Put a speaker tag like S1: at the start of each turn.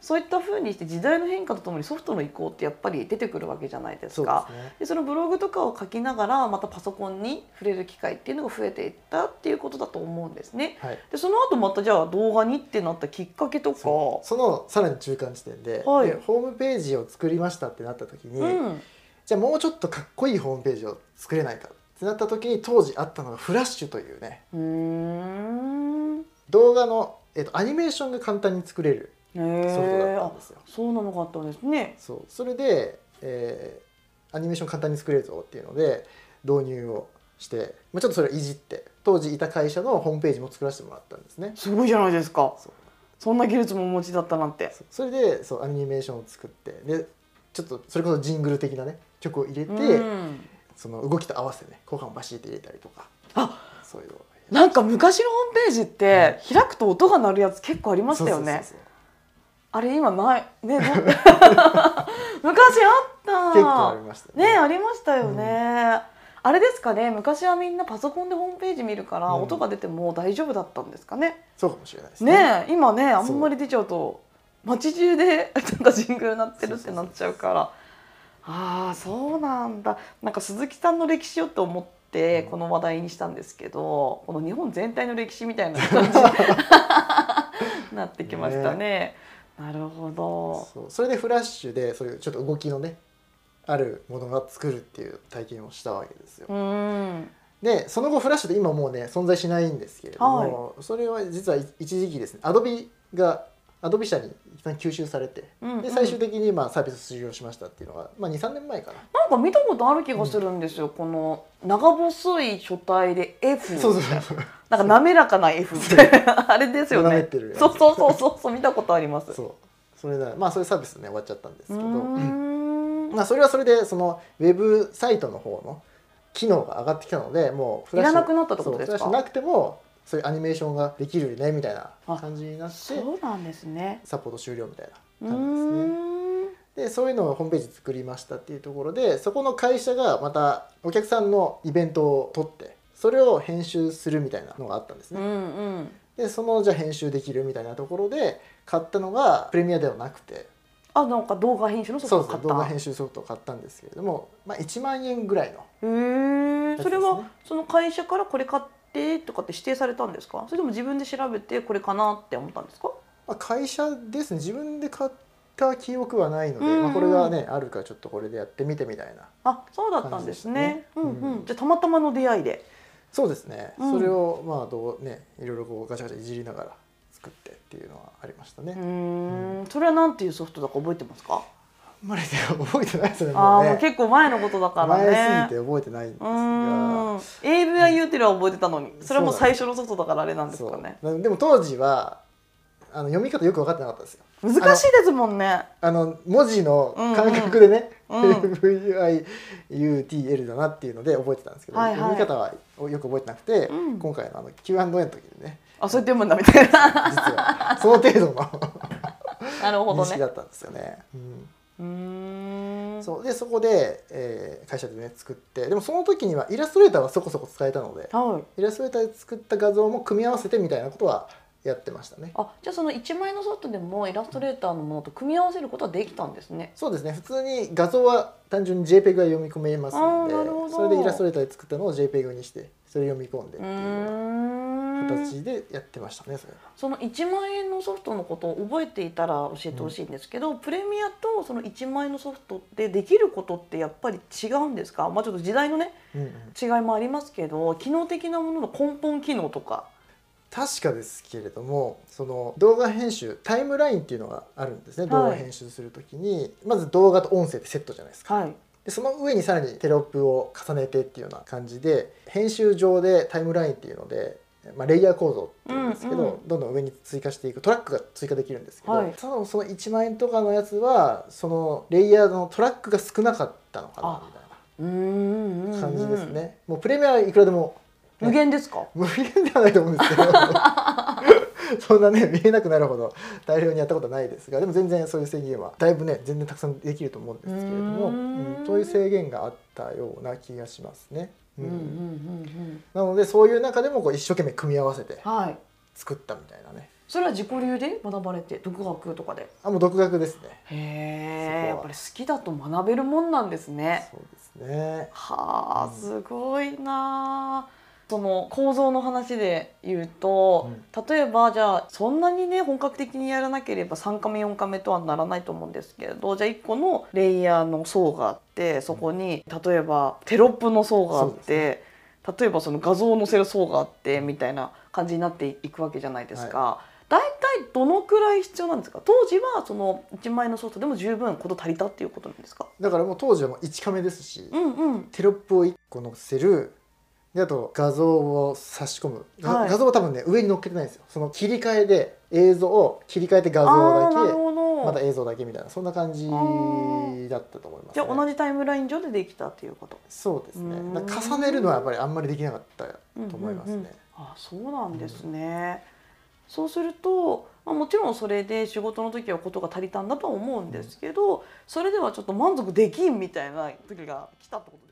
S1: そういったふうにして時代の変化とともにソフトの移行ってやっぱり出てくるわけじゃないです
S2: そう
S1: か。
S2: ですね
S1: でそのブログとかを書きながらまたパソコンに触れる機会っていうのが増えていったっていうことだと思うんですね。
S2: はい
S1: でその後またじゃあ動画にってなったきっかけとか
S2: そのさらに中間地点で,で、
S1: はい
S2: ホームページを作りましたってなった時に、
S1: うん、
S2: じゃあもうちょっとかっこいいホームページを作れないかってなった時に当時あったのがフラッシュというね
S1: うーん
S2: 動画の、えっとアニメーションが簡単に作れる
S1: へ
S2: ソフトだ
S1: え
S2: った
S1: あ
S2: んですよ。
S1: そうなのがあったんですね。
S2: そうそれで、えーアニメーション簡単に作れるぞっていうので導入をして、まあ、ちょっとそれをいじって当時いた会社のホームページも作らせてもらったんですね。
S1: すごいじゃないですか
S2: そう
S1: そんな技術もお持ちだったなんて
S2: そうそれでそうアニメーションを作ってでちょっとそれこそジングル的なね曲を入れて、
S1: うん、
S2: その動きと合わせてね後半をバシッて入れたりとか
S1: あ
S2: そういうのをやり
S1: なんか昔のホームページって開くと音が鳴るやつ結構ありましたよね
S2: そうそうそうそう
S1: あれ今 ないねど昔あった
S2: 結構ありましたよ
S1: ねありましたよね、あれですかね昔はみんなパソコンでホームページ見るから
S2: うん
S1: 音が出ても大丈夫だったんですかね、
S2: そうかもしれないですね
S1: ねえ今ねあんまり出ちゃうと街中で なんか神宮なってるってなっちゃうからああそうなんだなんか鈴木さんの歴史をと思って
S2: うん
S1: この話題にしたんですけどこの日本全体の歴史みたいな感じ になってきましたね。なるほど
S2: そうそれでフラッシュでそういうちょっと動きのねあるものが作るっていう体験をしたわけですよ
S1: う。ん
S2: でその後フラッシュで今もうね存在しないんですけれども、それは実は一時期ですねアドビがアドビ社に一旦吸収されて
S1: うんうん
S2: で最終的にまあサービス終了しましたっていうのが、まあ、23年前かな。
S1: なんか見たことある気がするんですよ、この長細い書体で F
S2: そうそうそう
S1: なんか滑らかな F みたいなあれですよ
S2: 舐め
S1: ね
S2: てるやつ
S1: そうそうそうそうそう見たことあります
S2: そうそれだまあそういうサービスね終わっちゃったんですけ
S1: う
S2: ど、
S1: ーん
S2: まあ、それはそれでそのウェブサイトの方の機能が上がってきたのでもうフ
S1: いらなくなったってことですか
S2: そうフラッシュなくてもそういうアニメーションができるよねみたいな
S1: あ
S2: 感じになって
S1: そうなんですね。
S2: サポート終了みたいな
S1: うー
S2: 感じですね。
S1: ん。
S2: でそういうのをホームページ作りましたっていうところでそこの会社がまたお客さんのイベントを取ってそれを編集するみたいなのがあったんです
S1: う
S2: ね。
S1: んうん。
S2: でそのじゃあ編集できるみたいなところで買ったのがプレミアではなくて
S1: あなんか動画編集のソフト
S2: そ
S1: を
S2: うそ
S1: 買っ
S2: う動画
S1: た。へ
S2: 編集ソフトを買ったんですけれども、まあ、1万円ぐらいの
S1: え。それ
S2: やつです
S1: は
S2: ね
S1: その会社からこれ買ってとかって指定されたんですか。それとも自分で調べてこれかなって思ったんですか。
S2: まあ、会社ですね自分で買った記憶はないので、
S1: うんうん
S2: まあ、これがねあるからちょっとこれでやってみてみたいな
S1: あそうだったんですね。う
S2: 感じです
S1: ん
S2: ね
S1: う
S2: うん
S1: ん。じゃあたまたまの出会いで。
S2: そうですね、
S1: うん
S2: それをまあどうねいろいろこうガチャガチャいじりながら作ってっていうのはありましたね、
S1: うーん。それはなんていうソフトだか覚えてますか。
S2: あんまりね覚えてないですね
S1: あ
S2: も
S1: あ
S2: う
S1: もう
S2: ね
S1: 結構前のことだからね。
S2: 前すぎて覚えてないんです
S1: う
S2: が
S1: ーん。AVI ユーテルは覚えてたのに、それはもう最初のソフトだからあれなんです
S2: そ
S1: か
S2: う
S1: ね。
S2: なでも当時はあの読み方よく分かってなかったんですよ
S1: 難しいですもんね。
S2: あの文字の感覚でね、
S1: うんうん
S2: FVIUTL だなっていうので覚えてたんですけど、
S1: はいはい
S2: 読み方はよく覚えてなくて、
S1: うん
S2: 今回のあの Q&A の時 にね
S1: あ、そうやって読むんだみたいな。
S2: 実はその程度の
S1: なるほ
S2: 認
S1: ど
S2: 識
S1: ね
S2: だ。ったんですよね。うん
S1: うーん。
S2: そうでそこで、えー会社でね作ってでもその時にはイラストレーターはそこそこ使えたので
S1: はい。
S2: イラストレーターで作った画像も組み合わせてみたいなことはやってましたね。
S1: あ、じゃあその一枚のソフトでもイラストレーターのものと組み合わせることはできたんですね。
S2: そうですね普通に画像は単純に JPEG が読み込めますので
S1: あーなるほど
S2: それでイラストレーターで作ったのを JPEG にしてそれを読み込んでっ
S1: う
S2: ていうような
S1: ーん。
S2: 形でやってましたねそれは
S1: その1万円のソフトのことを覚えていたら教えてほしいんですけど、プレミアとその1万円のソフトってできることってやっぱり違うんですか、まあ、ちょっと時代のね
S2: うんうん
S1: 違いもありますけど機能的なものの根本機能とか
S2: 確かですけれどもその動画編集タイムラインっていうのがあるんですね、
S1: はい
S2: 動画編集するときにまず動画と音声ってセットじゃないですか
S1: はい
S2: でその上にさらにテロップを重ねてっていうような感じで編集上でタイムラインっていうので、まあ、レイヤー構造っていうんですけど、
S1: うんうん
S2: どんどん上に追加していくトラックが追加できるんですけど、
S1: はい
S2: ただその1万円とかのやつはそのレイヤーのトラックが少なかったのかな
S1: あ
S2: みた
S1: うーんうんう
S2: い
S1: ん
S2: な感じですね。もうプレミアはいくらでも
S1: 無限ですか
S2: 無限ではないと思うんですけど そんなね見えなくなるほど大量にやったことはないですがでも全然そういう制限はだいぶね全然たくさんできると思うんですけれども
S1: うーん
S2: うんそういう制限があったような気がしますね。うん
S1: うんうん
S2: なのでそういう中でもこう一生懸命組み合わせて
S1: はい
S2: 作ったみたいなね
S1: それは自己流で学ばれて独学とかで
S2: あもう独学ですね
S1: へ
S2: そこ
S1: え
S2: は
S1: やっぱり好きだと学べるもんなんですね
S2: そうですね
S1: はあ
S2: うん
S1: すごいなあその構造の話で言うと、例えばじゃあそんなにね本格的にやらなければ3カメ4カメとはならないと思うんですけれどじゃあ1個のレイヤーの層があってそこに例えばテロップの層があっ
S2: そうです
S1: て、例えばその画像を載せる層があってみたいな感じになっていくわけじゃないですか。大体どのくらい必要なんですか当時はその1枚のソフトでも十分こと足りたっていうことなんですか
S2: だからもう当時はもう1カメですし、
S1: うんうん
S2: テロップを1個載せるであと画像を差し込む、が
S1: はい
S2: 画像は多分ね上に載っけてないんですよその切り替えで映像を切り替えて画
S1: あーな
S2: 像
S1: る
S2: だけ
S1: ほど
S2: また映像だけみたいなそんな感じだったと思います、ね、
S1: じゃあ同じタイムライン上でできたっていうこと
S2: そうです
S1: うーん
S2: ねだから重ねるのはやっぱりあんまりできなかったと思いますね、
S1: うんうんうんあそうなんですね、そうすると、まあ、もちろんそれで仕事の時はことが足りたんだとは思うんですけど、それではちょっと満足できんみたいな時が来たってことですね